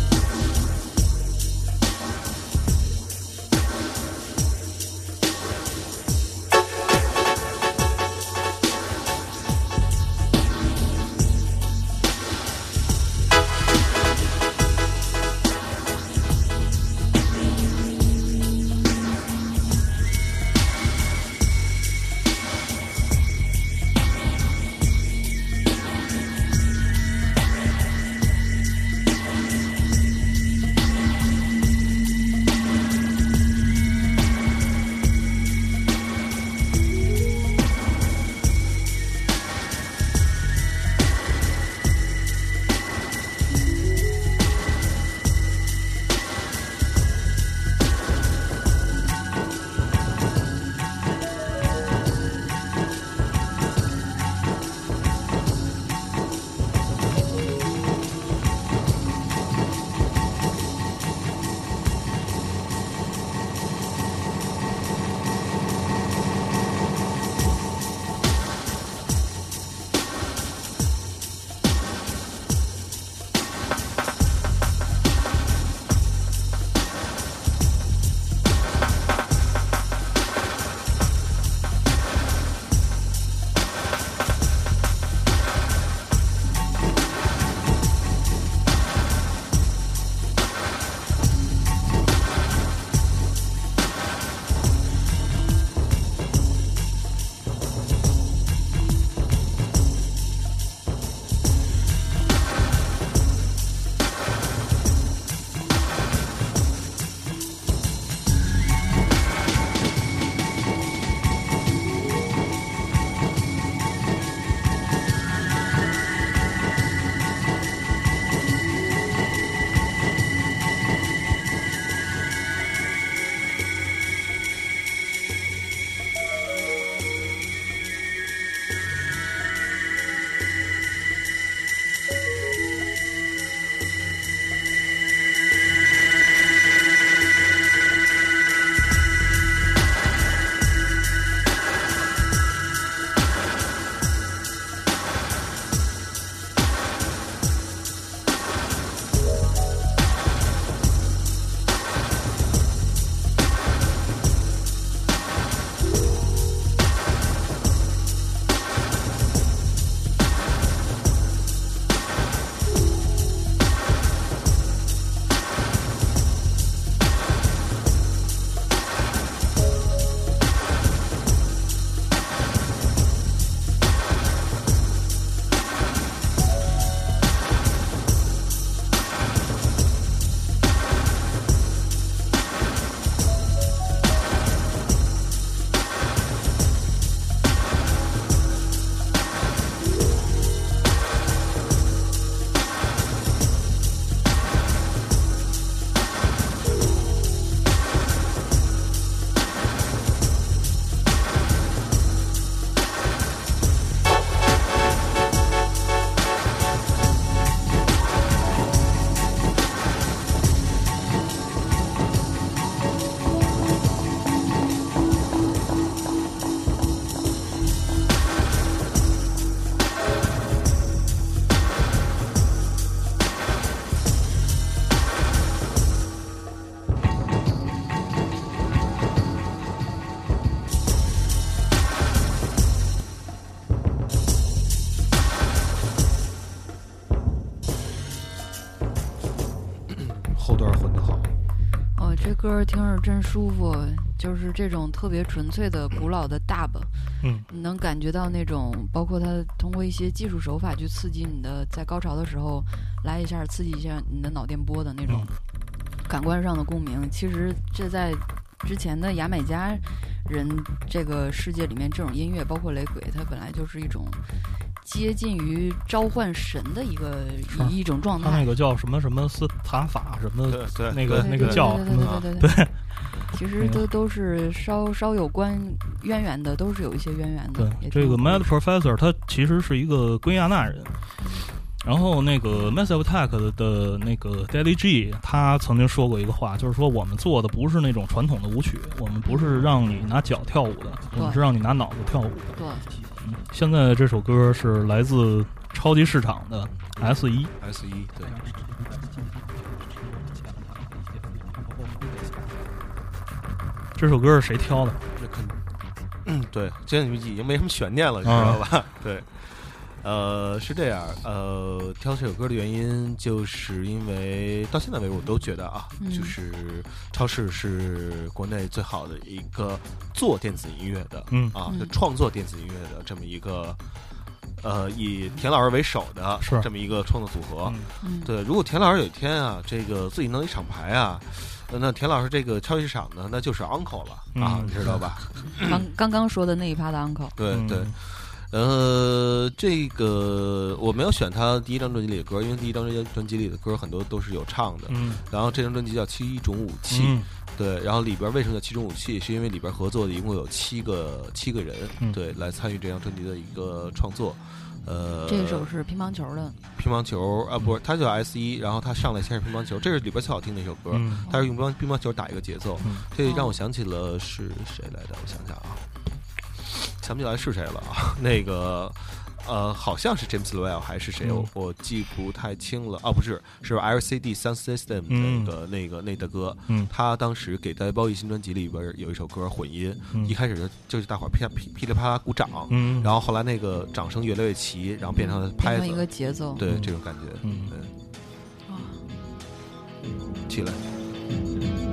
C: 嗯
B: 哦歌听着真舒服，就是这种特别纯粹的古老的 dub，
C: 嗯，
B: 能感觉到那种，包括它通过一些技术手法去刺激你的，在高潮的时候来一下刺激一下你的脑电波的那种
C: 嗯
B: 感官上的共鸣。其实这在之前的牙买加人这个世界里面，这种音乐包括雷鬼，它本来就是一种接近于召唤神的一个
C: 是啊
B: 一一种状
C: 他那
B: 态。
C: 个叫什么什么斯塔法什么
D: 对对
C: 那个
B: 对
C: 那个
B: 对
C: 叫
B: 对
C: 什么
B: 对对对对
C: 对
B: 其实都都是稍稍有关渊源的，都是有一些渊源的
C: 对。
B: 嗯也挺
C: 这个
B: 有
C: Mad Professor 他其实是一个圭亚那人，然后那个 Massive Attack 的的那个 Daddy G 他曾经说过一个话，就是说我们做的不是那种传统的舞曲，我们不是让你拿脚跳舞的，我们是让你拿脑子跳舞的。
B: 对，
C: 嗯现在这首歌是来自超级市场的 S 一。
D: S 一对，
C: 这首歌是谁挑的？
D: 那肯，嗯，对，这已经没什么悬念了，你知
C: 啊
D: 道吧？ (laughs) 对，呃，是这样，呃，挑这首歌的原因，就是因为到现在为止，我都觉得啊，
B: 嗯
D: 就是超市是国内最好的一个做电子音乐的，
C: 嗯
D: 啊，
B: 嗯
D: 就创作电子音乐的这么一个。呃，以田老师为首的
C: 是
D: 这么一个创作组合，
C: 嗯
B: 嗯，
D: 对，如果田老师有一天啊，这个自己弄一厂牌啊，呃那田老师这个超级市场呢，那就是 uncle 了啊，
C: 嗯
D: 你知道吧？
B: 刚刚刚说的那一趴的 uncle，
D: 对
C: 嗯
D: 对，呃，这个我没有选他第一张专辑里的歌，因为第一张专辑专辑里的歌很多都是有唱的。
C: 嗯，
D: 然后这张专辑叫《七种武器》，
C: 嗯
D: 对，然后里边为什么叫七种武器？是因为里边合作的一共有七个七个人，
C: 嗯
D: 对，来参与这张专辑的一个创作。呃，
B: 这首是乒乓球的，
D: 乒乓球啊，不是，他叫 S 一，然后他上来先是乒乓球，这是里边最好听的一首歌。
C: 嗯
D: 他是用乒乓乒乓球打一个节奏，
C: 嗯
D: 这让我想起了是谁来着？我想想啊，想不起来是谁了啊。 (laughs) 那个呃，好像是 James Lowell 还是谁，
C: 嗯
D: 我我记不太清了。啊，不是，是 LCD Sound System
C: 嗯
D: 那个、那个那的歌。
C: 嗯
D: 他当时给大包一新专辑里边有一首歌混音，
C: 嗯
D: 一开始就是大伙儿噼噼噼里啪啦鼓掌，
C: 嗯，
D: 然后后来那个掌声越来越齐，然后变成了
B: 变
D: 拍
B: 成一个
D: 子，
B: 节奏。
D: 对、
C: 嗯
D: 这种感觉，
C: 嗯
D: 对，
B: 哇
D: 起来。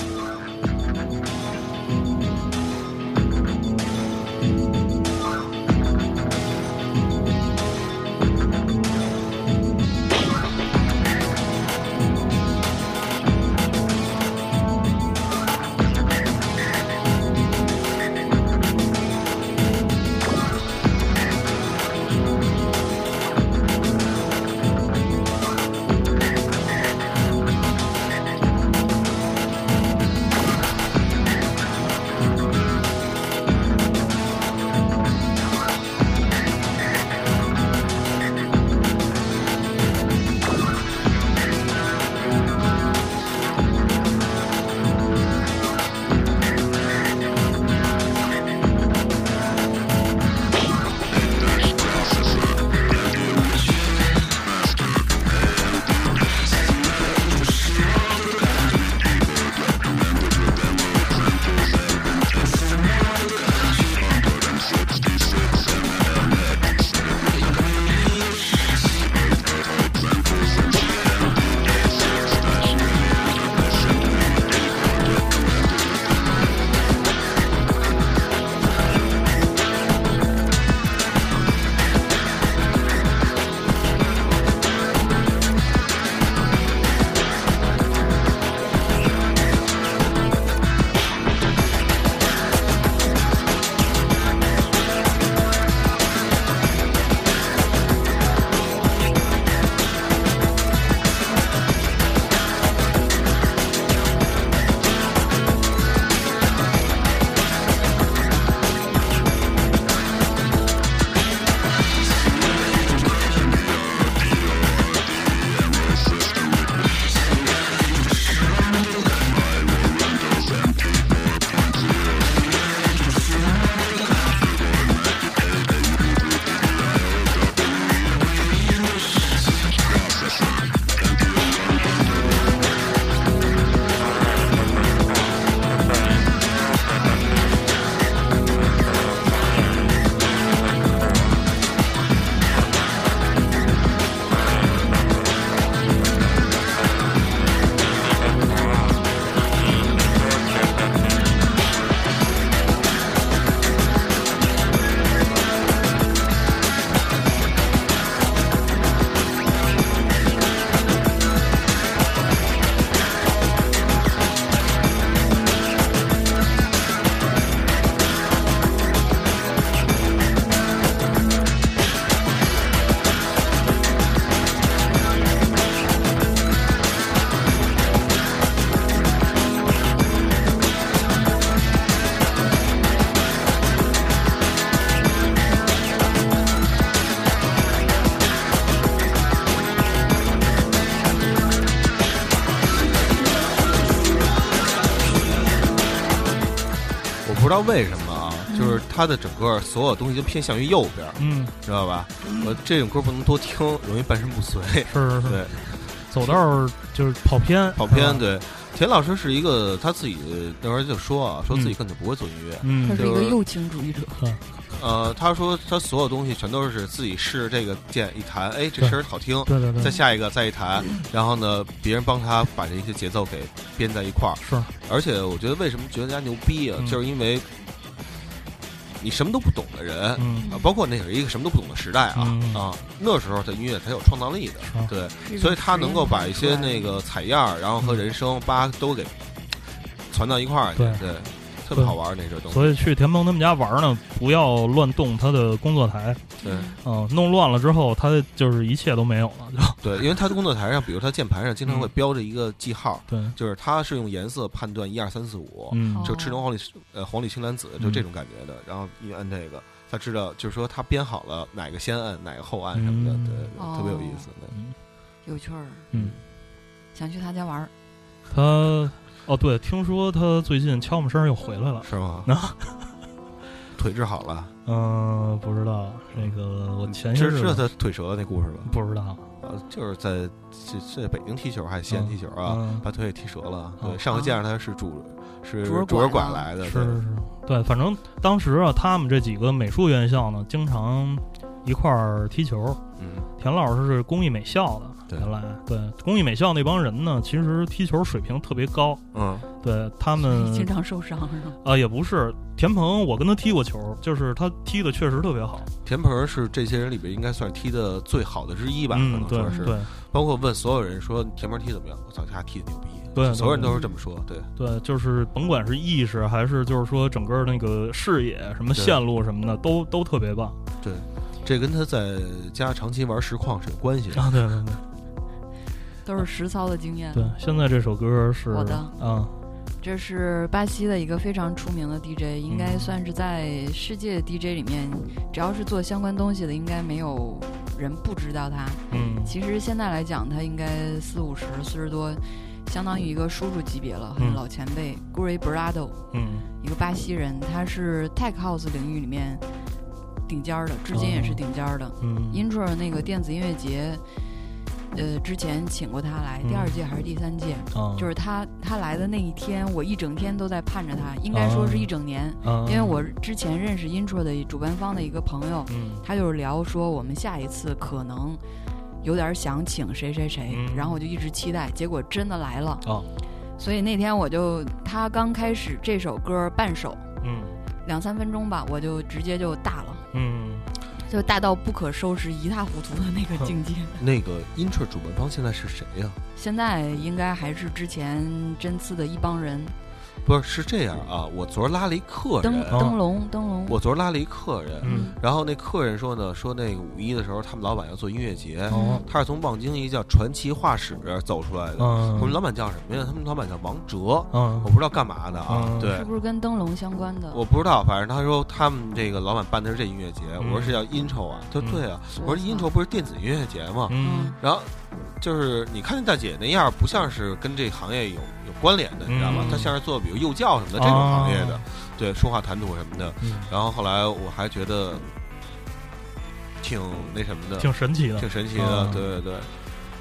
D: 道为什么啊，就是它的整个所有东西都偏向于右边，
C: 嗯，
D: 知道吧？呃，这种歌不能多听，容易半身
C: (laughs)
D: 不遂。
C: 是是是，
D: 对，
C: 走道儿就是跑偏，
D: 跑偏。
C: 是吧，
D: 对，田老师是一个他自己那会儿就说啊，说自己根本就不会做音乐。
A: 他
C: 嗯，
A: 是一个
D: 就是
A: 右倾主义者，
D: 呃，他说他所有东西全都是自己试着这个键一弹，哎，这
C: 对
D: 声儿好听，
C: 对对嗯对
D: 再，下一个再一弹，然后呢，别人帮他把这些节奏给编在一块儿。
C: 是，
D: 而且我觉得为什么觉得人家牛逼啊，
C: 嗯
D: 就是因为你什么都不懂的人。
C: 嗯，
D: 啊，包括那是一个什么都不懂的时代啊、
C: 嗯
D: 啊，那时候的音乐才有创造力的，
C: 是
D: 对，
A: 是一种
D: 所以他能够把一
A: 实
D: 些
A: 验的
D: 那个采样儿，然后和人声吧都给传到一块儿去，
C: 嗯对
D: 对，特别好玩儿那这东西，
C: 所以去田鹏他们家玩儿呢，不要乱动他的工作台，
D: 对
C: 嗯，弄乱了之后，他就是一切都没有了，就
D: 对，因为他的工作台上，比如他键盘上经常
C: 嗯
D: 会标着一个记号，
C: 对，
D: 就是他是用颜色判断一二三四五，
C: (laughs) 嗯，
D: 就
A: 哦
D: 赤橙黄绿呃黄绿青蓝紫，就这种感觉的，然后一按这个。他知道，就是说他编好了哪个先按，哪个后按什么的，
C: 嗯
D: 对对对，特别有意思。
A: 哦
D: 对
B: 有趣儿，
C: 嗯，
B: 想去他家玩儿。
C: 他哦对，听说他最近悄没声儿又回来了，
D: 是吗？
C: 哦
D: (laughs) 腿治好了，
C: 嗯、不知道那个我前些
D: 知
C: 日
D: 知道
C: 子
D: 嗯他腿折的那故事吧？
C: 不知道，
D: 啊，就是在这这北京踢球还是西安踢球啊，
C: 嗯，
D: 把腿给踢折了。
C: 啊
D: 对，上回见着他是拄是
B: 拄着拐
D: 拄着拐
B: 吗
D: 来的，
C: 是
D: 对
C: 是是，对，反正当时啊，他们这几个美术院校呢，经常一块儿踢球，
D: 嗯，
C: 田老师是工艺美校的，
D: 对
C: 原来对工艺美校那帮人呢，其实踢球水平特别高，
D: 嗯
C: 对他们
B: (laughs) 经常受伤是吗？
C: 啊、也不是田鹏，我跟他踢过球，就是他踢的确实特别好，
D: 田鹏是这些人里边应该算踢的最好的之一吧，可
C: 嗯，
D: 能
C: 对
D: 说是。
C: 对
D: 包括问所有人说田鹏踢怎么样，我操，他踢的牛逼，
C: 对
D: 所有人
C: 对
D: 都是这么说，对
C: 对，就是甭管是意识还是就是说整个那个视野什么
D: 对
C: 线路什么的，都都特别棒
D: 对，这跟他在家长期玩实况是有关系的。
C: 啊！对对对
B: 都是实操的经验。
C: 对，现在这首歌是
B: 我的
C: 啊，
B: 这是巴西的一个非常出名的 DJ，应
C: 嗯
B: 该算是在世界 DJ 里面，只要是做相关东西的，应该没有人不知道他。
C: 嗯
B: 其实现在来讲，他应该四五十、四十多，相当于一个叔叔级别了，
C: 嗯
B: 很老前辈。g u r y Brado，
C: 嗯
B: 一个巴西人，他是 Tech House 领域里面顶尖儿的，至今也是顶尖儿的。
C: 嗯
B: Intro 那个电子音乐节，呃，之前请过他来，
C: 嗯
B: 第二届还是第三届，
C: 啊，
B: 就是他他来的那一天，我一整天都在盼着他，应该说是一整年，
C: 啊，
B: 因为我之前认识 Intro 的主办方的一个朋友，
C: 嗯
B: 他就是聊说我们下一次可能有点想请谁谁谁，
C: 嗯
B: 然后我就一直期待，结果真的来了。
C: 哦
B: 所以那天我就他刚开始这首歌半首
C: 嗯
B: 两三分钟吧，我就直接就大了，
C: 嗯
B: 就大到不可收拾、一塌糊涂的那个境界。
D: 那个 intro 主办方现在是谁呀、
B: 现在应该还是之前针刺的一帮人，
D: 不是，是这样啊，我昨儿拉了一客
B: 灯
D: 人，
B: 灯笼灯笼，
D: 我昨儿拉了一客人，
C: 嗯
D: 然后那客人说呢，说那个五一的时候，他们老板要做音乐节，
C: 哦
D: 他是从望京一叫传奇画室走出来的。我们
C: 嗯
D: 老板叫什么呀？他们老板叫王哲，我
C: 嗯
D: 不知道干嘛的啊。
C: 嗯
D: 对
B: 是，不是跟灯笼相关的？
D: 我不知道，反正他说他们这个老板办的是这音乐节。
C: 嗯
D: 我说是叫 intro 啊，他说
C: 嗯
D: 对啊。
B: 我
D: 我说
B: 操
D: intro 不是电子音乐节吗？
C: 嗯
D: 然后就是你看那大姐那样，不像是跟这行业有有关联的，你知道吗
C: 嗯？
D: 她像是做比如幼教什么的这种行业的
C: 哦，
D: 对，说话谈吐什么的。
C: 嗯，
D: 然后后来我还觉得挺那什么的，
C: 挺神奇的，
D: 挺神奇的
C: 嗯，
D: 对对对。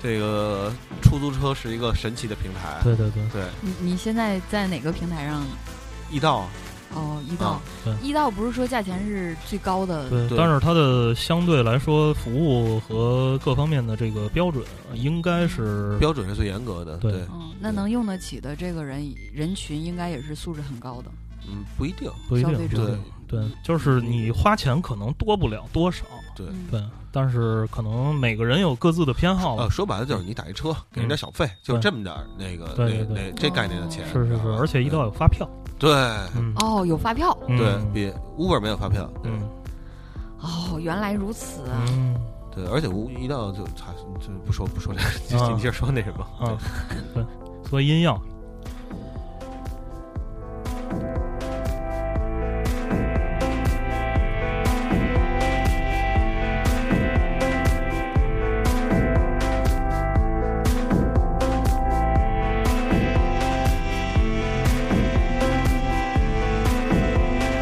D: 这个出租车是一个神奇的平台，
C: 对对对，
D: 对，
B: 你你现在在哪个平台上？
D: 易到
B: 哦，一道
D: 啊，
C: 对
B: 一道不是说价钱是最高的，
C: 对，
D: 对
C: 但是它的相对来说，服务和各方面的这个标准应该是
D: 标准是最严格的，
C: 对
D: 对，
B: 嗯，那能用得起的这个人人群应该也是素质很高的。
D: 嗯，不一定，
C: 不一定
B: 消费者
C: 对对，就是你花钱可能多不了多少，
D: 对
B: 嗯
C: 对，但是可能每个人有各自的偏好吧
D: 呃，。说白了就是你打一车，给人点小费，就是这么点儿那个
C: 嗯对
D: 那
C: 对
D: 那这概念的钱，
C: 是是
D: 你知
C: 是
D: 道，吧
C: 而且一道有发票，
D: 对
C: 嗯，
B: 哦，有发票
C: 嗯
D: 对，比 Uber 没有发票，对
C: 嗯
B: 哦，原来如此啊！
C: 嗯
D: 对，而且无一到就差就不说不说这个，
C: 啊
D: 就你接着说那什么，
C: 啊，对，所以音样，
G: Thank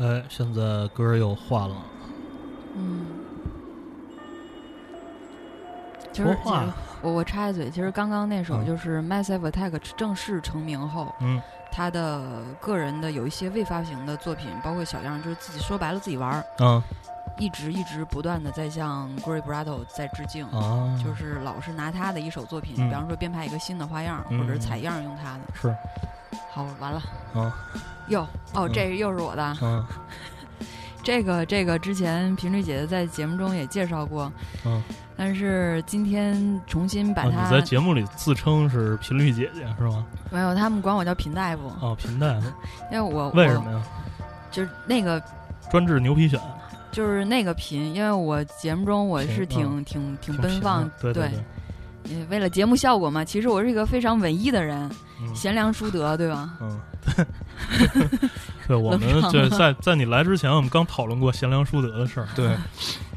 C: 哎现在歌儿又换了，
B: 嗯，其
C: 说
B: 实其
C: 话
B: 实我我插一嘴，其实刚刚那首
C: 嗯
B: 就是 Massive Attack 正式成名后，
C: 嗯
B: 他的个人的有一些未发行的作品，包括小样，就是自己说白了自己玩儿，
C: 啊
B: 一直一直不断的在向 Gary Brato 在致敬。
C: 啊，
B: 就是老是拿他的一首作品，
C: 嗯
B: 比方说编排一个新的花样，
C: 嗯
B: 或者是采样用他的。
C: 啊是
B: 好，完了
C: 啊
B: 哟哦，
C: 嗯
B: 这又是我的啊。
C: 啊
B: 这个这个之前频率姐姐在节目中也介绍过，
C: 嗯，
B: 但是今天重新把
C: 啊！
B: 它、
C: 你在节目里自称是频率姐姐是吗？
B: 没有，他们管我叫频大夫，
C: 哦，频带
B: 因为我
C: 为什么
B: 我
C: 呀？
B: 就是那个
C: 专治牛皮癣，
B: 就是那个频，因为我节目中我是
C: 频
B: 挺挺挺
C: 嗯挺
B: 奔
C: 贫
B: 放
C: 的，对
B: 对
C: 对，
B: 也为了节目效果嘛，其实我是一个非常文艺的人，
C: 嗯
B: 贤良淑德，对吧？ (laughs)
C: 嗯，对，我们
B: 冷场
C: 这在在你来之前，我们刚讨论过贤良淑德的事儿。对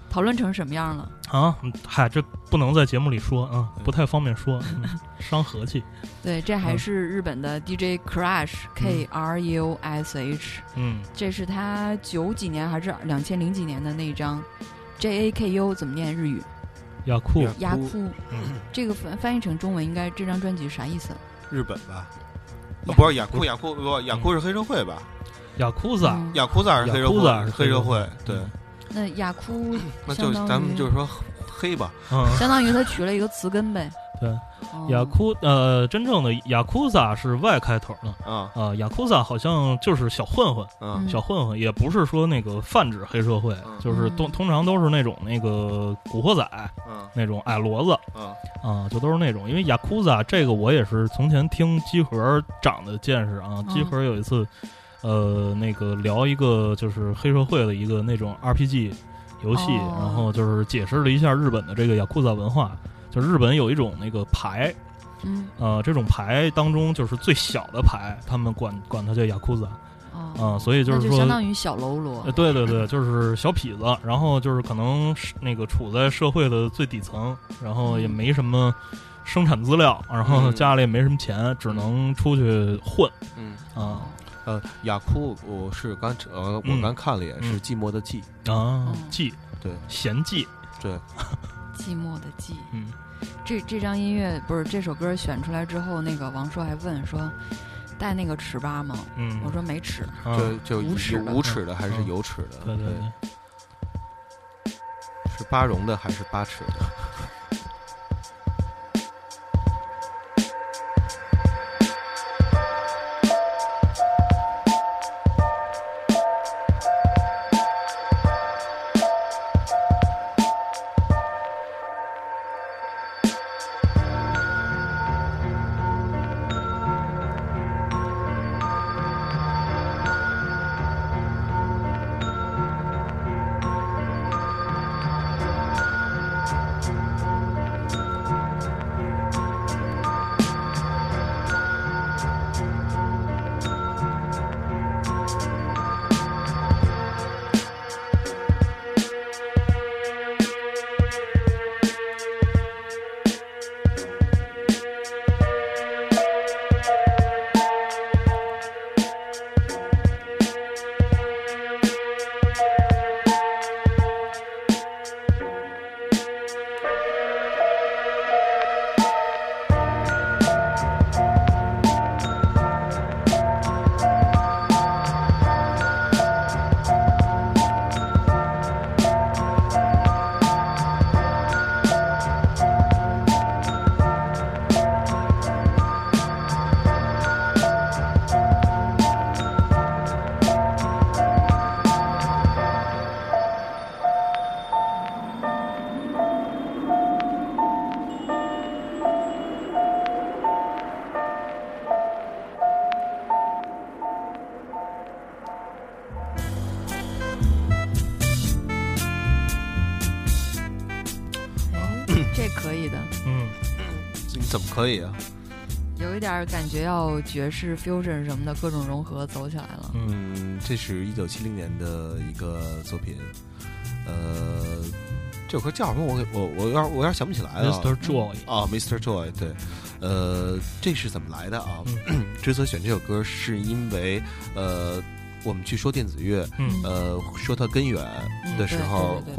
B: 讨论成什么样了？
C: 啊，嗯嗨，这不能在节目里说啊，不太方便
B: (laughs)
C: 说，嗯伤和气。
B: 对，这还
C: 嗯
B: 是日本的 DJ Crush K R U S H，、
C: 嗯
B: 这是他九几年还是两千零几年的那一张，J A K U 怎么念日语？
C: 雅库，
B: 雅
D: 哭
B: 库，
C: 嗯
B: 这个翻翻译成中文应该这张专辑啥意思？
D: 日本吧？啊
B: 雅
D: 不是雅嗯库，雅库不雅库是黑社会吧？
C: 啊雅库子，
B: 嗯
D: 雅库萨是黑社
C: 雅库萨
D: 会，
C: 是
D: 黑社会
C: 黑社会
D: 对
C: 嗯，
B: 那雅库
D: 那就
B: 相当于
D: 咱们就是说黑吧，
C: 嗯，
B: 相当于他取了一个词根呗。
C: 对，
B: 哦
C: 雅库，呃，真正的雅库萨是 Y 开头的。
D: 啊
C: 啊，雅库萨好像就是小混混，
D: 啊
B: 嗯
C: 小混混也不是说那个泛指黑社会，
D: 嗯
C: 就是通
B: 嗯
C: 通常都是那种那个古惑仔
D: 啊
C: 那种矮骡子，
D: 啊！
C: 啊，就都是那种，因为雅库萨这个我也是从前听鸡盒长的见识
B: 嗯
C: 啊，鸡盒有一次，呃，那个聊一个就是黑社会的一个那种 RPG 游戏，
B: 哦
C: 然后就是解释了一下日本的这个雅库萨文化，就日本有一种那个牌，
B: 嗯
C: 呃，这种牌当中就是最小的牌，他们管管它叫雅库萨
B: 哦
C: 啊，所以
B: 那
C: 是
B: 就
C: 说
B: 相当于小喽啰
C: 呃，。对对对，就是小痞子，然后就是可能是那个处在社会的最底层，然后也没什么生产资料，然后
D: 嗯
C: 家里也没什么钱，只能出去混
D: 嗯
C: 啊
D: 呃，雅库我是刚呃我
C: 嗯
D: 刚看了一眼，
C: 嗯
D: 是寂寞的寂，
C: 啊，妓
D: 对
C: 闲妓，
D: 对，
B: 寂寞的寂。
C: 嗯
B: 这这张音乐不是这首歌选出来之后，那个王硕还问说带那个尺八吗？
C: 嗯，
B: 我说没尺。
C: 啊
D: 就就
B: 无齿
D: 有
B: 的
D: 无齿的还是
C: 嗯
D: 有齿的？
C: 对对对，
D: 是八荣的还是八尺 (laughs) 的？
B: 哎，这可以的，
C: 嗯
D: 你怎么可以啊？
B: 有一点儿感觉要爵士 fusion 什么的各种融合走起来了。
C: 嗯
D: 嗯，这是一九七零年的一个作品，呃，这首歌叫什么？我给我我有点我有点想不起来了。
C: ，Mr. Joy，
D: 啊，Mr. Joy，对，
C: 嗯
D: (clears throat) 呃，这是怎么来的啊？之所以选这首歌，是因为呃，我们去说电子乐，
C: 嗯
D: 呃，说它根源的时候，
B: 嗯对对对对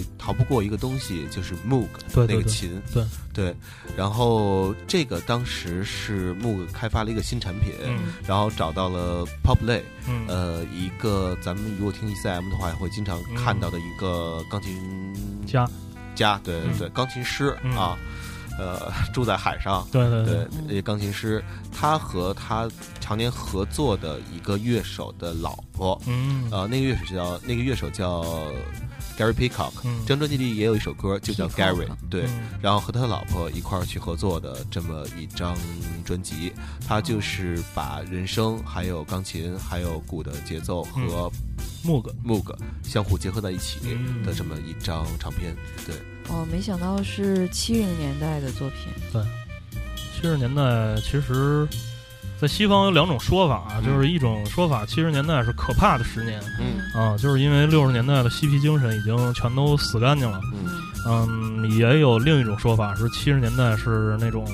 D: 会逃不过一个东西，就是 Moog
C: 对对
D: 呃那个
C: 对
D: 琴，
C: 对
D: 对。然后这个当时是 Moog 开发了一个新产品，
C: 嗯
D: 然后找到了 Poplay，
C: 嗯
D: 呃，一个咱们如果听 ECM 的话，也会经常
C: 嗯
D: 看到的一个钢琴
C: 家，
D: 家，对
C: 嗯
D: 对对，钢琴师
C: 嗯
D: 啊，呃，住在海上。
C: 对对
D: 对，
B: 嗯
D: 那钢琴师，他和他常年合作的一个乐手的老婆，
C: 嗯
D: 呃，那个乐手叫那个乐手叫 Gary Peacock，
C: 嗯
D: 这张专辑里也有一首歌就叫
B: Peacock
D: Gary，对，
C: 嗯
D: 然后和他老婆一块儿去合作的这么一张专辑，他就是把人声、还有钢琴、还有鼓的节奏
C: 嗯
D: 和
C: 木个
D: Moog 相互结合在一起
C: 嗯
D: 的这么一张唱片，对，
H: 哦，没想到是七零年代的作品。
C: 七十年代其实。在西方有两种说法啊，
D: 嗯
C: 就是一种说法，七十年代是可怕的十年
D: 嗯
C: 啊，就是因为六十年代的嬉皮精神已经全都死干净了。
D: 嗯
C: 嗯，也有另一种说法是七十年代是那种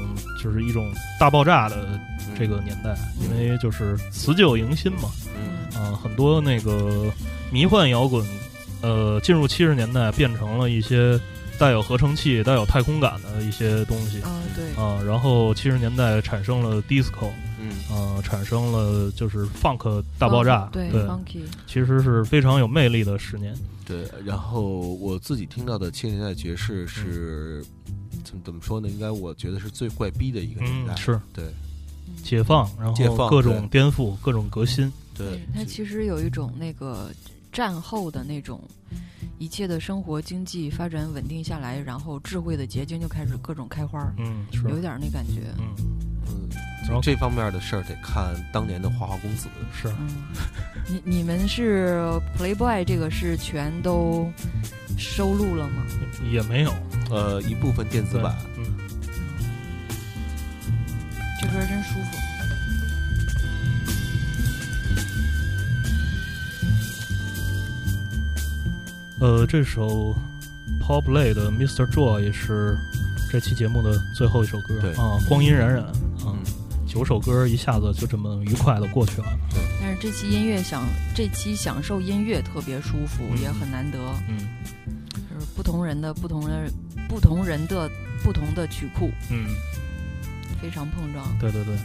C: 就是一种大爆炸的这个年代，
D: 嗯
C: 因为就是辞旧迎新嘛，
D: 嗯
C: 啊，很多那个迷幻摇滚，呃，进入七十年代变成了一些带有合成器、带有太空感的一些东
B: 嗯
C: 西
B: 哦
H: 啊，对，
C: 啊，然后七十年代产生了 disco，
D: 嗯
C: 啊，产生了就是 funk 大爆炸，
H: 对
C: 对，
H: ，funky，
C: 其实是非常有魅力的十年，
D: 对，然后我自己听到的七十年代爵
C: 嗯
D: 士是怎么怎么说呢？应该我觉得是最怪逼的一个年代，
C: 嗯，是
D: 对
C: 解放，然
D: 解
C: 后
D: 放
C: 各种颠覆，各种革新。
D: 对，
B: 它其实有一种那个战后的那种，一切的生活经济发展稳定下来，然后智慧的结晶就开始各种开花儿，
C: 嗯，是，
B: 有一点儿那感觉。
C: 嗯，
D: 嗯，
C: 然后
D: 这方面的事儿得看当年的花花公子，
C: 是
B: 嗯，
H: 你你们是 Playboy 这个是全都收录了吗？
C: 也没有
D: 呃，一部分电子
C: 对
D: 版，
C: 嗯，
B: 这歌儿真舒服。
C: 呃，这首 Pop Play 的 Mr. Joy 是这期节目的最后一首歌
D: 对
C: 啊，光阴荏苒啊
D: 嗯，
C: 九首歌一下子就这么愉快的过去了。
B: 但是这期音乐享这期享受音乐特别舒服，
C: 嗯
B: 也很难得。
C: 嗯
B: 就是不同人的不同人不同人的不同的曲库，
C: 嗯，
B: 非常碰撞。
C: 对对对，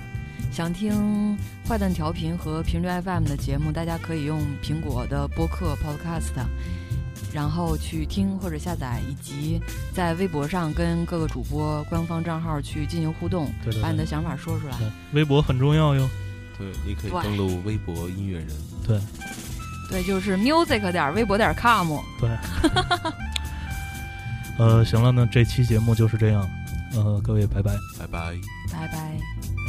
B: 想听坏蛋调频和频率 FM 的节目，大家可以用苹果的播客 Podcast，然后去听或者下载，以及在微博上跟各个主播官方账号去进行互动，
C: 对对
B: 把你的
C: 对，
B: 想法说出来。
C: 对微博很重要哟。
D: 对，你可以
B: 对
D: 登录微博音乐人，
B: 对，就是 music 点儿微博点儿 com。
C: (laughs) 对，呃，行了，那这期节目就是这样，呃，各位拜拜。
D: 拜拜。
B: 拜拜。